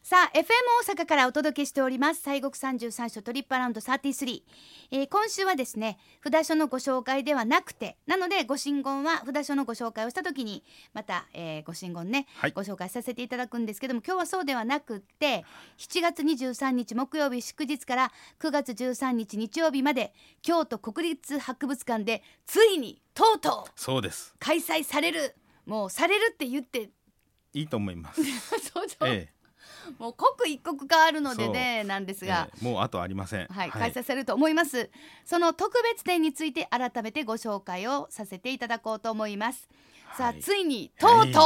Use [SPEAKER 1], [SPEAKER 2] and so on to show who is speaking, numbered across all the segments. [SPEAKER 1] さあ FM 大阪からお届けしております西国三十三所トリップアラウンド33、えー、今週はですね札所のご紹介ではなくてなのでご神言は札所のご紹介をした時にまた、えー、ご神言ね、
[SPEAKER 2] はい
[SPEAKER 1] ご紹介させていただくんですけども今日はそうではなくって7月23日木曜日祝日から9月13日日曜日まで京都国立博物館でついにとうとう
[SPEAKER 2] そうです。
[SPEAKER 1] 開催されるもうされるって言って
[SPEAKER 2] いいと思います。
[SPEAKER 1] そうそう
[SPEAKER 2] え
[SPEAKER 1] もう刻一刻があるのでねなんです
[SPEAKER 2] え
[SPEAKER 1] が、
[SPEAKER 2] ええもうあとありません。
[SPEAKER 1] はい、開催されると思います、その特別展について改めてご紹介をさせていただこうと思います、さあついにとうと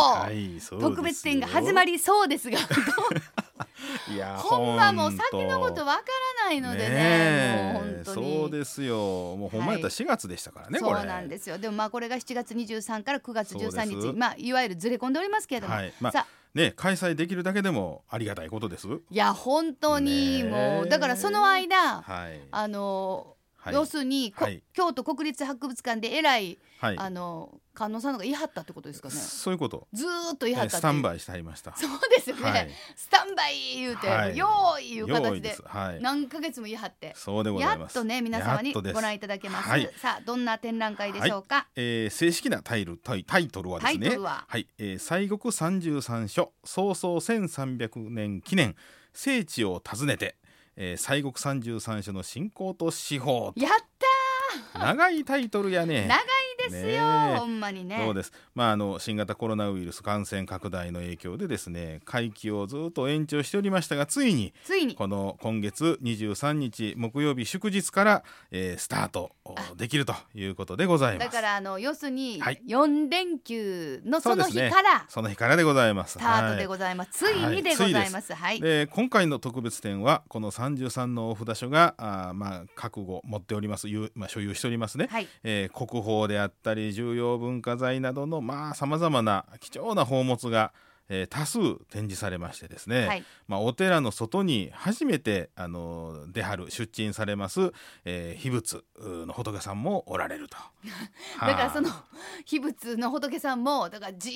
[SPEAKER 1] う、
[SPEAKER 2] う
[SPEAKER 1] 特別展が始ま
[SPEAKER 2] り、
[SPEAKER 1] りそうですが
[SPEAKER 2] いや
[SPEAKER 1] ほんまもう先のこと
[SPEAKER 2] は
[SPEAKER 1] わからないのでねもう本当に
[SPEAKER 2] そうですよ。もうほんまやったら4月でしたからね、これ。
[SPEAKER 1] そうなんですよでもまあこれが7月23から9月
[SPEAKER 2] そうで
[SPEAKER 1] 13日
[SPEAKER 2] す
[SPEAKER 1] まあいわゆるずれ込んでおりますけれども、
[SPEAKER 2] はいまあ
[SPEAKER 1] さあ
[SPEAKER 2] ね、開催できるだけでもありがたいことです。
[SPEAKER 1] いや本当に
[SPEAKER 2] ねえ
[SPEAKER 1] もうだからその間
[SPEAKER 2] はい。
[SPEAKER 1] あの
[SPEAKER 2] はい
[SPEAKER 1] 要するに、こ
[SPEAKER 2] はい
[SPEAKER 1] 京都国立博物館でえらい、
[SPEAKER 2] はい。
[SPEAKER 1] あの観音さんのが言い張ったってことですかね
[SPEAKER 2] そういうこと。
[SPEAKER 1] ずーっと言い張
[SPEAKER 2] え
[SPEAKER 1] っ
[SPEAKER 2] え
[SPEAKER 1] たって
[SPEAKER 2] ス
[SPEAKER 1] い
[SPEAKER 2] タ
[SPEAKER 1] う
[SPEAKER 2] ンバイしてありました。
[SPEAKER 1] そうですよね、
[SPEAKER 2] はい。
[SPEAKER 1] スタンバイ言うて、
[SPEAKER 2] はい
[SPEAKER 1] よーいいう
[SPEAKER 2] 用
[SPEAKER 1] 形
[SPEAKER 2] 意
[SPEAKER 1] で
[SPEAKER 2] です。はい。
[SPEAKER 1] 何ヶ月も言い張って
[SPEAKER 2] そうでござ
[SPEAKER 1] や
[SPEAKER 2] いま
[SPEAKER 1] っ
[SPEAKER 2] す。
[SPEAKER 1] とね皆様に
[SPEAKER 2] やっと
[SPEAKER 1] ご
[SPEAKER 2] です
[SPEAKER 1] 覧いただけます
[SPEAKER 2] はい
[SPEAKER 1] さあどんな展覧会でしょうか、
[SPEAKER 2] えー、正式なタイルタイタイトルはです
[SPEAKER 1] タイト
[SPEAKER 2] ね
[SPEAKER 1] ルは
[SPEAKER 2] はいえー、西国三十三所創創1300年記念聖地を訪ねて、えー、西国三十三所の信仰と司法
[SPEAKER 1] やった
[SPEAKER 2] 長いタイトルやね
[SPEAKER 1] 長いですよ、
[SPEAKER 2] ねえ
[SPEAKER 1] ほんまにね
[SPEAKER 2] そうです、まあ、あの新型コロナウイルス感染拡大の影響でですね会期をずっと延長しておりましたがついに
[SPEAKER 1] ついに
[SPEAKER 2] この今月23日木曜日祝日から、えー、スタート
[SPEAKER 1] あ
[SPEAKER 2] できるということでございます。
[SPEAKER 1] だからあの要するに
[SPEAKER 2] はい
[SPEAKER 1] 4連休の
[SPEAKER 2] そ
[SPEAKER 1] そう
[SPEAKER 2] で
[SPEAKER 1] の
[SPEAKER 2] す
[SPEAKER 1] 日
[SPEAKER 2] ね
[SPEAKER 1] から
[SPEAKER 2] その日からでございます。
[SPEAKER 1] スタートで
[SPEAKER 2] はい
[SPEAKER 1] ございます、ついにでございますはい、
[SPEAKER 2] で今回の特別展はこの33のお札所があーまあ覚悟持っております、ゆまあ、所有しておりますね、
[SPEAKER 1] はい
[SPEAKER 2] えー国宝であったり重要文化財などのまあさまざまな貴重な宝物が、えー多数展示されましてですね、
[SPEAKER 1] はい
[SPEAKER 2] まあ、お寺の外に初めて、あのー出はる出陳されます、えー秘仏の仏さんもおら れると。
[SPEAKER 1] だからその
[SPEAKER 2] は
[SPEAKER 1] 秘仏の仏さんもだからじ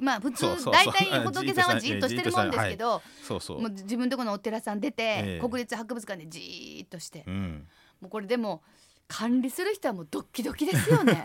[SPEAKER 1] ーまあ普通
[SPEAKER 2] そうそうそう
[SPEAKER 1] 大体
[SPEAKER 2] あ
[SPEAKER 1] 仏さんはじ
[SPEAKER 2] じ
[SPEAKER 1] ーっ
[SPEAKER 2] ーっ
[SPEAKER 1] と
[SPEAKER 2] と
[SPEAKER 1] し
[SPEAKER 2] して
[SPEAKER 1] てるもんですけど、
[SPEAKER 2] あそうそう、
[SPEAKER 1] もう自分のとこのお寺さん出て、
[SPEAKER 2] ええ
[SPEAKER 1] 国立博物館でじーっとして、
[SPEAKER 2] うん、
[SPEAKER 1] もうこれでも管理する人はもうドッキドキですよ ね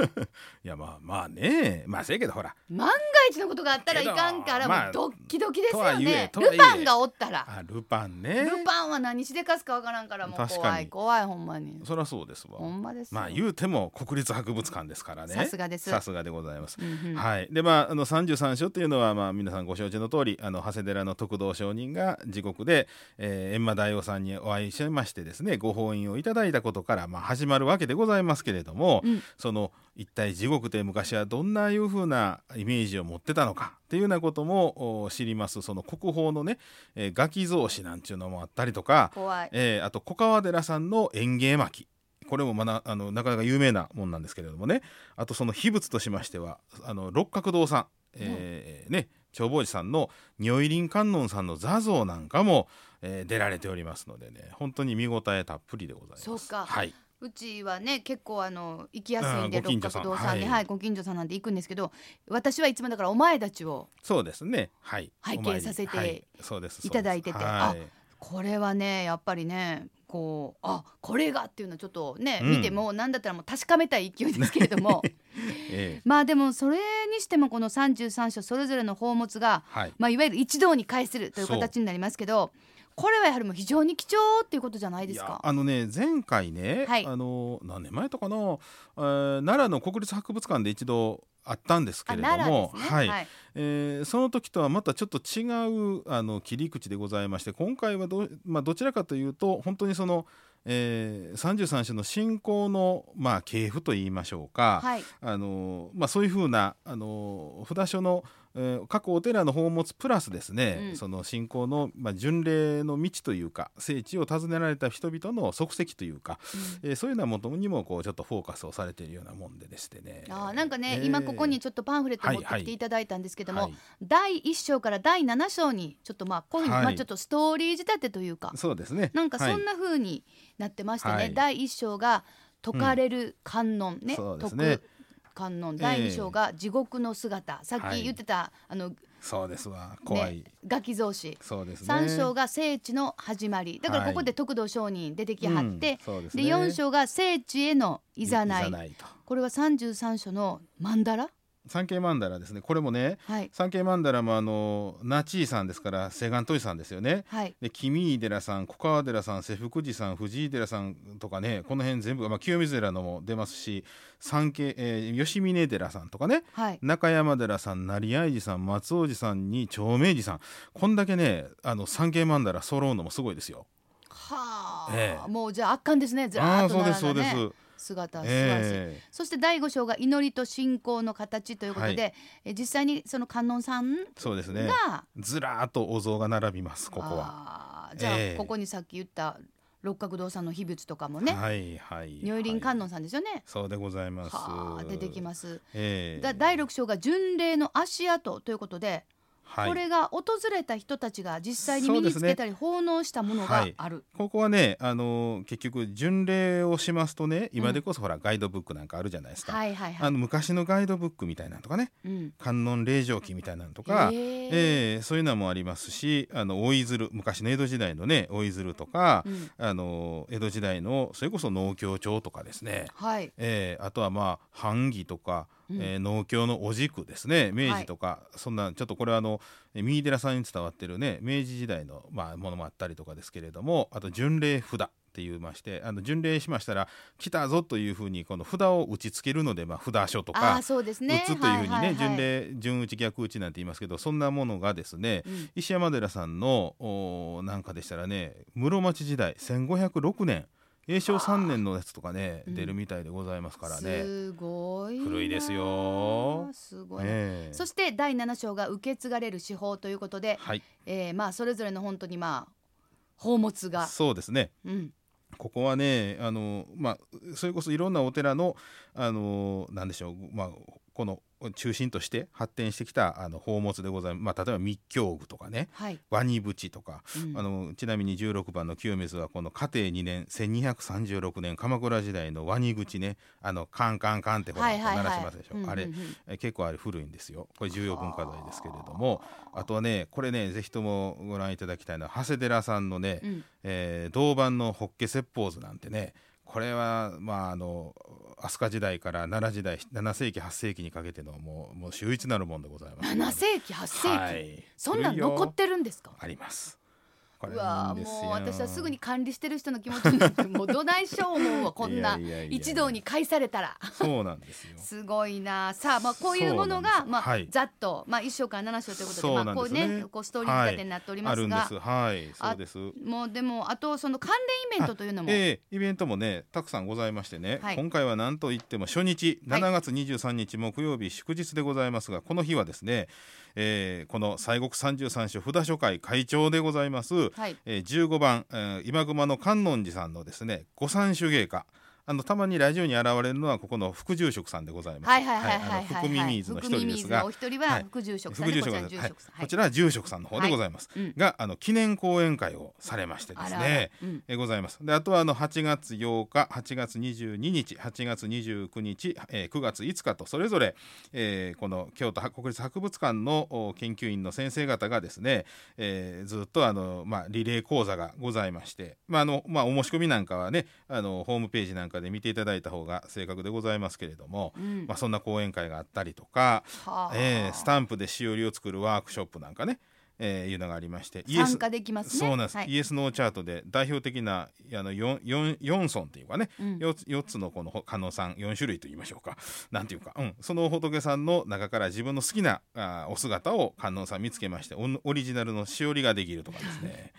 [SPEAKER 2] いやまあまあねまあせやけどほら
[SPEAKER 1] 万が一のことがあったらいかんから
[SPEAKER 2] けどまあ
[SPEAKER 1] もうドッキドキですよね、
[SPEAKER 2] とは
[SPEAKER 1] ル
[SPEAKER 2] いえ
[SPEAKER 1] パンがおったら、
[SPEAKER 2] あルパンね
[SPEAKER 1] ルパンは何しでかすかわからんからもう
[SPEAKER 2] 確かに
[SPEAKER 1] 怖い怖いほんまに
[SPEAKER 2] そりゃそうですわ
[SPEAKER 1] ほんまですよ
[SPEAKER 2] まあ言うても国立博物館ですからね
[SPEAKER 1] さすがです
[SPEAKER 2] さすがでございます、
[SPEAKER 1] うんうん
[SPEAKER 2] はいでまああの33所っていうのは、まあ、皆さんご承知の通りあの長谷寺の徳道上人が地獄で、えー、閻魔大王さんにお会いしましてですねご法印をいただいたことから、まあ、始まるわけでございますけれども、
[SPEAKER 1] うん
[SPEAKER 2] その一体地獄って昔はどんないう風なイメージを持ってたのかっていうようなこともお知りますその国宝のね、えー、ガキ像紙なんていうのもあったりとか、
[SPEAKER 1] 怖い
[SPEAKER 2] えーあと小川寺さんの園芸巻これもまなあのなかなか有名なもんなんですけれどもねあとその秘仏としましてはあの六角堂さん、えーね長坊寺さんの如意林観音さんの座像なんかも、えー出られておりますのでね本当に見応えたっぷりでございます。
[SPEAKER 1] そうか
[SPEAKER 2] はいう
[SPEAKER 1] ちはね結構あの行きやすいんで
[SPEAKER 2] うんご近
[SPEAKER 1] 六角
[SPEAKER 2] 所さん
[SPEAKER 1] 堂さんに、
[SPEAKER 2] はい
[SPEAKER 1] はい、ご近所さんなんで行くんですけど私はいつもだからお前たちを
[SPEAKER 2] そうですねはい
[SPEAKER 1] 拝見
[SPEAKER 2] お参り
[SPEAKER 1] させて
[SPEAKER 2] はいそうです
[SPEAKER 1] いただいてて
[SPEAKER 2] そうです
[SPEAKER 1] あ
[SPEAKER 2] はい
[SPEAKER 1] これはねやっぱりねこうあこれがっていうのはちょっとね、
[SPEAKER 2] うん
[SPEAKER 1] 見てもなんだったらもう確かめたい勢いですけれど も
[SPEAKER 2] ええ
[SPEAKER 1] まあでもそれにしてもこの33所それぞれの宝物が、
[SPEAKER 2] はい
[SPEAKER 1] まあ、いわゆる一堂に会するという形になりますけどこれはやはりもう非常に貴重っていうことじゃないです
[SPEAKER 2] いや
[SPEAKER 1] か。
[SPEAKER 2] あのね前回ね、
[SPEAKER 1] はい
[SPEAKER 2] あの何年前とかな、えー奈良の国立博物館で一度あったんですけ
[SPEAKER 1] あ
[SPEAKER 2] れど
[SPEAKER 1] 奈良
[SPEAKER 2] も、
[SPEAKER 1] ですね、
[SPEAKER 2] はい
[SPEAKER 1] はい
[SPEAKER 2] えーその時とはまたちょっと違うあの切り口でございまして今回はど,、まあ、どちらかというと本当にその、えー、33種の信仰の、まあ、系譜といいましょうか、
[SPEAKER 1] はい
[SPEAKER 2] あのまあ、そういうふうなあの札所の、えー各お寺の宝物プラスですね、
[SPEAKER 1] うん
[SPEAKER 2] その信仰の、まあ、巡礼の道というか聖地を訪ねられた人々の足跡というか、えーそういうようなものにもこうちょっとフォーカスをされているようなもんででしてね。
[SPEAKER 1] あーなんかね、
[SPEAKER 2] えー
[SPEAKER 1] 今ここにちょっとパンフレット
[SPEAKER 2] はい
[SPEAKER 1] 持ってきていただいたんですけども、
[SPEAKER 2] はい
[SPEAKER 1] 第1章から第7章にちょっとまあこういう、
[SPEAKER 2] はい
[SPEAKER 1] まあちょっとストーリー仕立てというか
[SPEAKER 2] そうですね
[SPEAKER 1] なんかそ
[SPEAKER 2] はい
[SPEAKER 1] んな風になってましてね、
[SPEAKER 2] はい
[SPEAKER 1] 第1章が「解かれる観音」ね
[SPEAKER 2] そうですね
[SPEAKER 1] 徳観音」第2章が「地獄の姿」さっき言ってた、あの
[SPEAKER 2] そうですわ怖い、
[SPEAKER 1] ね、ガキ増子
[SPEAKER 2] そうですね
[SPEAKER 1] 三章が聖地の始まりだから
[SPEAKER 2] はい
[SPEAKER 1] ここで徳道商人出てきはって、
[SPEAKER 2] うんそうです
[SPEAKER 1] で
[SPEAKER 2] ね
[SPEAKER 1] 四章が聖地へのいざない
[SPEAKER 2] いざないと
[SPEAKER 1] これは三十三章の曼荼羅
[SPEAKER 2] 三景曼荼羅ですねこれもね
[SPEAKER 1] はい
[SPEAKER 2] 三景曼荼羅もあのナチーさんですから西岸トイさんですよね
[SPEAKER 1] はい
[SPEAKER 2] で君井寺さん小川寺さん瀬福寺さん藤井寺さんとかねこの辺全部、まあ、清水寺のも出ますし三景、えー吉峰寺さんとかね
[SPEAKER 1] はい
[SPEAKER 2] 中山寺さん成合寺さん松尾寺さんに長明寺さんこんだけねあの三景曼荼羅揃うのもすごいですよ。
[SPEAKER 1] はあ、
[SPEAKER 2] ええ
[SPEAKER 1] もうじゃあ圧巻ですねず
[SPEAKER 2] あ
[SPEAKER 1] ら
[SPEAKER 2] あ
[SPEAKER 1] っと
[SPEAKER 2] そう
[SPEAKER 1] 並
[SPEAKER 2] で
[SPEAKER 1] ん
[SPEAKER 2] すそう
[SPEAKER 1] だ
[SPEAKER 2] で
[SPEAKER 1] ね
[SPEAKER 2] す。
[SPEAKER 1] 姿素晴らしい、
[SPEAKER 2] え
[SPEAKER 1] そして第五章が祈りと信仰の形ということで、
[SPEAKER 2] は
[SPEAKER 1] え実際にその観音さんが、
[SPEAKER 2] えそうですね。ずらーっとお像が並びますここ
[SPEAKER 1] あ
[SPEAKER 2] は。
[SPEAKER 1] ーじゃあ、
[SPEAKER 2] ええ
[SPEAKER 1] ここにさっき言った六角堂さんの秘仏とかもね、
[SPEAKER 2] はいはい。
[SPEAKER 1] 如意輪観
[SPEAKER 2] はい
[SPEAKER 1] 音さんですよね。
[SPEAKER 2] そうでございます。。
[SPEAKER 1] はあ出てきますす。
[SPEAKER 2] ええ
[SPEAKER 1] だ第六章が巡礼の足跡ということで、
[SPEAKER 2] はい
[SPEAKER 1] これが訪れた人たちが実際に
[SPEAKER 2] そ
[SPEAKER 1] 身
[SPEAKER 2] うで
[SPEAKER 1] に
[SPEAKER 2] す
[SPEAKER 1] つ
[SPEAKER 2] ね
[SPEAKER 1] けたり奉納したものがある。
[SPEAKER 2] ここはね、あのー結局巡礼をしますとね今でこそほら、ガイドブックなんかあるじゃないですか、
[SPEAKER 1] はい、はい、はい
[SPEAKER 2] あの昔のガイドブックみたいなのとかね
[SPEAKER 1] うん。
[SPEAKER 2] 観音霊場記みたいなのとか、
[SPEAKER 1] へ
[SPEAKER 2] え
[SPEAKER 1] え
[SPEAKER 2] えそういうのもありますしあの大井鶴昔の江戸時代のね大井鶴とか、
[SPEAKER 1] うん
[SPEAKER 2] あのー江戸時代のそれこそ農協帳とかですね、
[SPEAKER 1] はい。
[SPEAKER 2] えーあとはまあ版木とか、
[SPEAKER 1] うん
[SPEAKER 2] えー農協のお軸ですね明治とか、そんなちょっとこれはあのえー三井寺さんに伝わってるね明治時代の、まあ、ものもあったりとかですけれどもあと巡礼札って言いましてあの巡礼しましたら来たぞというふうにこの札を打ちつけるので、まあ、札書と
[SPEAKER 1] ああ
[SPEAKER 2] か
[SPEAKER 1] ー、。そうです
[SPEAKER 2] 打
[SPEAKER 1] ね。
[SPEAKER 2] つというふうに
[SPEAKER 1] は
[SPEAKER 2] ね、
[SPEAKER 1] はは
[SPEAKER 2] 巡。礼順打ち逆打ちなんて言いますけどそんなものがですね、
[SPEAKER 1] うん
[SPEAKER 2] 石山寺さんのおーなんかでしたらね室町時代1506年永正3年のやつとかね
[SPEAKER 1] うん
[SPEAKER 2] 出るみたいでございますからね。
[SPEAKER 1] すごいな。
[SPEAKER 2] 古いですよ
[SPEAKER 1] すごいな。
[SPEAKER 2] ええ
[SPEAKER 1] そして第7章が受け継がれる手法ということで、
[SPEAKER 2] はい、
[SPEAKER 1] えー、まあそれぞれの本当にまあ宝物が、
[SPEAKER 2] そうですね
[SPEAKER 1] うん、
[SPEAKER 2] ここはねあの、まあ、それこそいろんなお寺のあのなんでしょう、まあ、この中心として発展してきたあの宝物でございます、まあ、例えば密教具とかね
[SPEAKER 1] はい、
[SPEAKER 2] ワニブチとか、
[SPEAKER 1] うん
[SPEAKER 2] あのちなみに16番の清水はこの家庭2年1236年鎌倉時代のワニ口ねあのカンカンカンってほら、
[SPEAKER 1] はいはいはい
[SPEAKER 2] 鳴らしますでしょ、
[SPEAKER 1] うんうんうん
[SPEAKER 2] あれえ結構あれ古いんですよこれ重要文化財ですけれどもあとはねこれねぜひともご覧いただきたいのは長谷寺さんのね、
[SPEAKER 1] うん
[SPEAKER 2] えー銅板のホッケ説法図なんてねこれはまああの飛鳥時代から奈良時代7世紀8世紀にかけてのもうもう秀逸なるもんでございます。
[SPEAKER 1] 7世紀8世紀、
[SPEAKER 2] はい
[SPEAKER 1] そんなん
[SPEAKER 2] 古いよ
[SPEAKER 1] 残ってるんですか
[SPEAKER 2] あります。こ
[SPEAKER 1] う
[SPEAKER 2] れいい
[SPEAKER 1] わー
[SPEAKER 2] んですよ
[SPEAKER 1] もう私はすぐに管理してる人の気持ちになってもうどないしょう思うわこんない
[SPEAKER 2] やいやいやいや
[SPEAKER 1] 一堂に会されたら
[SPEAKER 2] そうなんですよ。
[SPEAKER 1] すごいなさあまあこういうもの
[SPEAKER 2] そうなん
[SPEAKER 1] が、
[SPEAKER 2] です
[SPEAKER 1] まあ
[SPEAKER 2] はい
[SPEAKER 1] ざっと、まあ、1章から7章ということで
[SPEAKER 2] そう
[SPEAKER 1] ま
[SPEAKER 2] な
[SPEAKER 1] あ、
[SPEAKER 2] ん
[SPEAKER 1] こう
[SPEAKER 2] ですね
[SPEAKER 1] ねこうストーリー仕立てになっておりま
[SPEAKER 2] あ
[SPEAKER 1] す
[SPEAKER 2] るんで
[SPEAKER 1] が、
[SPEAKER 2] す。はい、
[SPEAKER 1] あ
[SPEAKER 2] そうです。
[SPEAKER 1] もうでもあとその関連イベントというのも、
[SPEAKER 2] ええイベントもねたくさんございましてね、
[SPEAKER 1] はい
[SPEAKER 2] 今回はなんといっても初日
[SPEAKER 1] はい
[SPEAKER 2] 7月23日木曜日祝日でございますが、この日はですね、えーこの西国三十三所札所会会長でございます、
[SPEAKER 1] はい
[SPEAKER 2] えー15番、えー今熊の観音寺さんのですね御三種芸家あのたまにラジオに現れるのはここの副住職さんでございます。
[SPEAKER 1] はいはいはいはい
[SPEAKER 2] あの
[SPEAKER 1] はい
[SPEAKER 2] 福
[SPEAKER 1] はい
[SPEAKER 2] 耳水の一人です
[SPEAKER 1] 福耳水
[SPEAKER 2] が
[SPEAKER 1] のお一人は副住職さん
[SPEAKER 2] 副
[SPEAKER 1] で、
[SPEAKER 2] 住
[SPEAKER 1] こ
[SPEAKER 2] 職
[SPEAKER 1] ちらの住
[SPEAKER 2] さん
[SPEAKER 1] 職さん、
[SPEAKER 2] はい、こちらは住職さんの方でございます、
[SPEAKER 1] はいうん
[SPEAKER 2] があの記念講演会をされましてですね
[SPEAKER 1] あらあらうん
[SPEAKER 2] えございますであとはあの8月8日8月22日8月29日、えー9月5日とそれぞれ、えーこの京都国立博物館のお研究員の先生方がですね、えーずっとあの、まあ、リレー講座がございまして、まああのまあ、お申し込みなんかはねあのホームページなんかで見ていただいた方が正確でございますけれども、
[SPEAKER 1] うん
[SPEAKER 2] まあ、そんな講演会があったりとか、
[SPEAKER 1] はあ
[SPEAKER 2] えースタンプでしおりを作るワークショップなんかね、えーいうのがありまして
[SPEAKER 1] 参加できますね
[SPEAKER 2] そうなんです、
[SPEAKER 1] はい
[SPEAKER 2] イエス・ノーチャートで代表的なあの 4, 4, 4尊っていうかね、
[SPEAKER 1] うん
[SPEAKER 2] 四 4, つのこの加納さん4種類と言いましょうか なんていうか、うん、その仏さんの中から自分の好きなあーお姿を観音さん見つけましてオンオリジナルのしおりができるとかですね。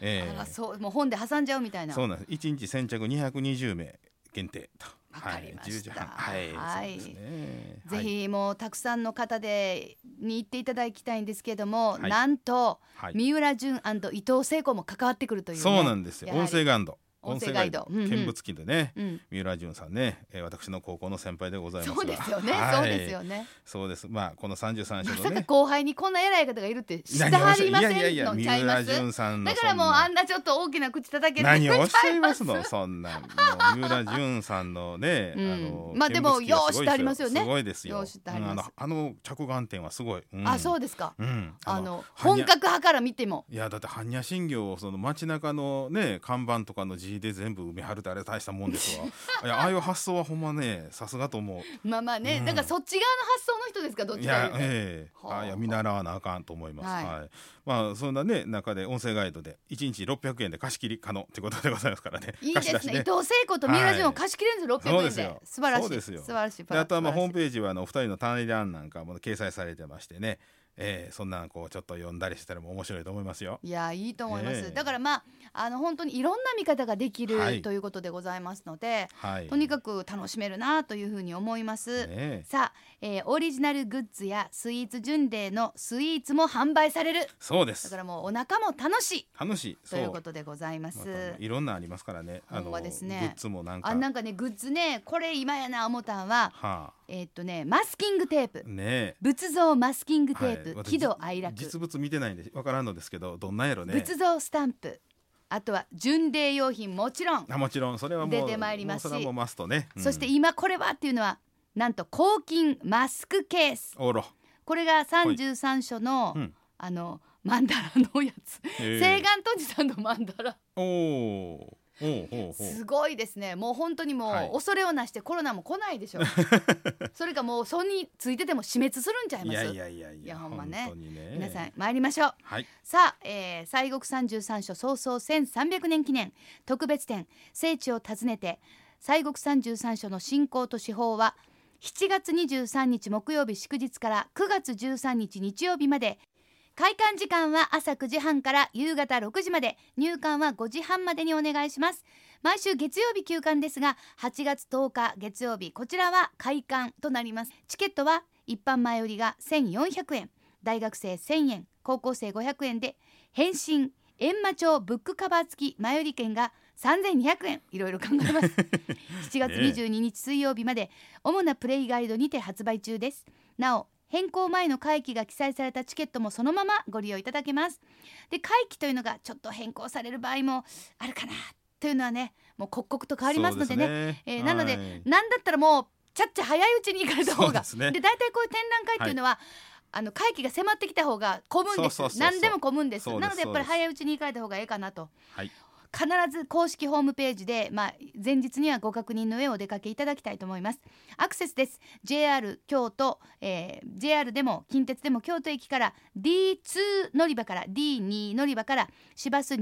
[SPEAKER 2] えー
[SPEAKER 1] あらそうもう本で挟んじゃうみたいな
[SPEAKER 2] そうなんです1日先着220名限定と。
[SPEAKER 1] わかりました
[SPEAKER 2] はい、10時半
[SPEAKER 1] は
[SPEAKER 2] はいい、そうですね
[SPEAKER 1] ぜひもうたくさんの方でに行っていただきたいんですけども、
[SPEAKER 2] はい
[SPEAKER 1] なんと、
[SPEAKER 2] はい
[SPEAKER 1] 三浦淳伊藤聖子も関わってくるというね、
[SPEAKER 2] そうなんですよ
[SPEAKER 1] やはり
[SPEAKER 2] 音声ガンド
[SPEAKER 1] 音声ガイド
[SPEAKER 2] 音声
[SPEAKER 1] うんうん
[SPEAKER 2] 見物記でね、
[SPEAKER 1] うん、
[SPEAKER 2] 三浦淳さんね、えー私の高校の先輩でございま
[SPEAKER 1] そう
[SPEAKER 2] すが
[SPEAKER 1] ですよね、
[SPEAKER 2] はい、
[SPEAKER 1] そうですよね。
[SPEAKER 2] そうですまあこの33
[SPEAKER 1] ま
[SPEAKER 2] 章
[SPEAKER 1] さ
[SPEAKER 2] の
[SPEAKER 1] か
[SPEAKER 2] ね
[SPEAKER 1] 後輩にこんな偉い方がいるって知って
[SPEAKER 2] 何をお
[SPEAKER 1] は
[SPEAKER 2] っしゃ
[SPEAKER 1] りませんの
[SPEAKER 2] いやいやい
[SPEAKER 1] ち
[SPEAKER 2] や
[SPEAKER 1] ゃい
[SPEAKER 2] 三
[SPEAKER 1] ま
[SPEAKER 2] 浦
[SPEAKER 1] す
[SPEAKER 2] 淳さんの
[SPEAKER 1] だからもう
[SPEAKER 2] そんな
[SPEAKER 1] あんなちょっと大きな口叩けて
[SPEAKER 2] 何をおっしゃい
[SPEAKER 1] ちゃ
[SPEAKER 2] ます のそんなもう三浦淳さんのね、
[SPEAKER 1] うん
[SPEAKER 2] あの
[SPEAKER 1] まあでも
[SPEAKER 2] 見物記が
[SPEAKER 1] よう知ってありますよね
[SPEAKER 2] すごいですよ
[SPEAKER 1] よう知ってあります
[SPEAKER 2] うんあのあの着眼点はすごい、うん
[SPEAKER 1] あそうですか
[SPEAKER 2] うん、
[SPEAKER 1] あの
[SPEAKER 2] 般若
[SPEAKER 1] 本格派から見ても
[SPEAKER 2] いやだって般若心経をその街中のね看板とかの字で全部埋め張るってあれ大したもん ですわいやああいう発想はほんまねさすがと思う
[SPEAKER 1] まあまあね、
[SPEAKER 2] うん
[SPEAKER 1] だからそっち側の発想の人ですかどっ
[SPEAKER 2] い
[SPEAKER 1] ちかと
[SPEAKER 2] や
[SPEAKER 1] いうと
[SPEAKER 2] ええ
[SPEAKER 1] はあ
[SPEAKER 2] あいや見習わなあかんと思います
[SPEAKER 1] は
[SPEAKER 2] はいい、まあそんなね中で音声ガイドで1日600円で貸し切り可能ってことでございますからね
[SPEAKER 1] いいで
[SPEAKER 2] 貸し
[SPEAKER 1] す
[SPEAKER 2] 出し
[SPEAKER 1] ね伊藤聖子と三浦淳を貸し切れるんですよ、600
[SPEAKER 2] はい
[SPEAKER 1] 円で
[SPEAKER 2] そうですよ
[SPEAKER 1] 素晴らし
[SPEAKER 2] そう
[SPEAKER 1] い
[SPEAKER 2] ですよ
[SPEAKER 1] 素晴らしい
[SPEAKER 2] であとはまあ
[SPEAKER 1] 素晴ら
[SPEAKER 2] ホー
[SPEAKER 1] し
[SPEAKER 2] ム
[SPEAKER 1] い
[SPEAKER 2] ページはあのお二人の単位欄なんかも掲載されてましてね、ええそんなんこうちょっと読んだりしたらも面白いと思いますよ。
[SPEAKER 1] いやいいと思います、
[SPEAKER 2] ええ
[SPEAKER 1] だからまああの本当にいろんな見方ができる、
[SPEAKER 2] はい
[SPEAKER 1] ということでございますので
[SPEAKER 2] はい、
[SPEAKER 1] とに
[SPEAKER 2] く
[SPEAKER 1] かく楽しめるなというふうに思います、
[SPEAKER 2] ねえ
[SPEAKER 1] さあ、えーオリジナルグッズやスイーツ巡礼のスイーツも販売される
[SPEAKER 2] そうで
[SPEAKER 1] だ
[SPEAKER 2] す
[SPEAKER 1] からもうお腹も楽しい
[SPEAKER 2] 楽しい
[SPEAKER 1] と
[SPEAKER 2] そう
[SPEAKER 1] いうことでございます
[SPEAKER 2] またねいろんなありますからねあ
[SPEAKER 1] ほん
[SPEAKER 2] の
[SPEAKER 1] まですね
[SPEAKER 2] グッズもなんか
[SPEAKER 1] あなんかねグッズねこれ今やな思たんは
[SPEAKER 2] は
[SPEAKER 1] えーっとねマスキングテープ
[SPEAKER 2] あ、ね
[SPEAKER 1] 仏像マスキング
[SPEAKER 2] え、
[SPEAKER 1] テープ、
[SPEAKER 2] はい私
[SPEAKER 1] 喜怒哀楽、
[SPEAKER 2] 実物見てないんでわからんのですけどどんなんやろね
[SPEAKER 1] 仏像スタンプあとは巡礼用品もちろん、
[SPEAKER 2] あもちろんそれはもう
[SPEAKER 1] 出てまいりますし
[SPEAKER 2] もうそれはもうマストね、うん
[SPEAKER 1] そして今これはっていうのはなんと抗菌マスクケース
[SPEAKER 2] おろ、
[SPEAKER 1] これが33所の、
[SPEAKER 2] うん
[SPEAKER 1] あのマンダラのやつ
[SPEAKER 2] え
[SPEAKER 1] 西岸とじさんのマンダラ
[SPEAKER 2] おーおーおうおう
[SPEAKER 1] すごいですねもう本当にもう、
[SPEAKER 2] はい
[SPEAKER 1] 恐れをなしてコロナも来ないで しょうそれかもうソニーついてても死滅するんちゃいます
[SPEAKER 2] いやいやいやいや
[SPEAKER 1] いやほんまね
[SPEAKER 2] 本当にね
[SPEAKER 1] 皆さん参りましょう
[SPEAKER 2] はい
[SPEAKER 1] さあ、えー、西国三十三所早々1300年記念特別展聖地を訪ねて西国三十三所の信仰と司法は7月23日木曜日祝日から9月13日日曜日まで開館時間は朝9時半から夕方6時まで入館は5時半までにお願いします毎週月曜日休館ですが8月10日月曜日こちらは開館となりますチケットは一般前売りが1400円大学生1000円高校生500円で返信閻魔帳ブックカバー付き前売り券が3200円いろいろ考えます7月22日水曜日まで主なプレイガイドにて発売中ですなお変更前の会期が記載されたチケットもそのままご利用いただけますで会期というのがちょっと変更される場合もあるかなというのはねもう刻々と変わりますのでね
[SPEAKER 2] そうです
[SPEAKER 1] えーなので
[SPEAKER 2] はい
[SPEAKER 1] なんだったらもうちゃっちゃ早いうちに行かれた方
[SPEAKER 2] そう
[SPEAKER 1] が
[SPEAKER 2] ですね
[SPEAKER 1] で大体こういう展覧会っていうのは、あの会期が迫ってきた方が混むんです
[SPEAKER 2] そうそうそうそう
[SPEAKER 1] 何でも混むんです
[SPEAKER 2] そうで
[SPEAKER 1] な
[SPEAKER 2] す
[SPEAKER 1] のでやっぱり早いうちに行かれた方がいいかなと、
[SPEAKER 2] はい
[SPEAKER 1] 必ず公式ホームページで、まあ、前日にはご確認の上お出かけいただきたいと思いますアクセスです JR 京都、えー JR でも近鉄でも京都駅から D2 乗り場から D2 乗り場から市バス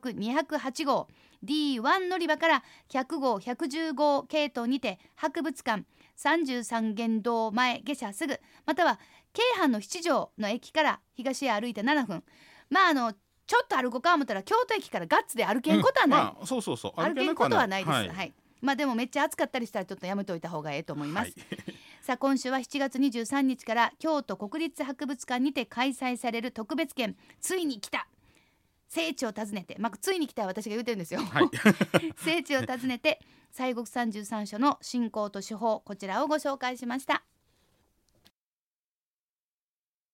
[SPEAKER 1] 206208号 D1 乗り場から100号110号系統にて博物館33元堂前下車すぐまたは京阪の七条の駅から東へ歩いて7分まああのちょっと歩こうか思ったら京都駅からガッツで歩けんことはない、
[SPEAKER 2] うんまあ、そうそうそう
[SPEAKER 1] 歩けんことはないです、はい
[SPEAKER 2] はい、
[SPEAKER 1] まあでもめっちゃ暑かったりしたらちょっとやめといた方がええと思います、
[SPEAKER 2] はい
[SPEAKER 1] さあ今週は7月23日から京都国立博物館にて開催される特別展ついに来た聖地を訪ねて、まあ、ついに来たは私が言うてるんですよ、
[SPEAKER 2] はい
[SPEAKER 1] 聖地を訪ねて西国三十三所の信仰と手法こちらをご紹介しました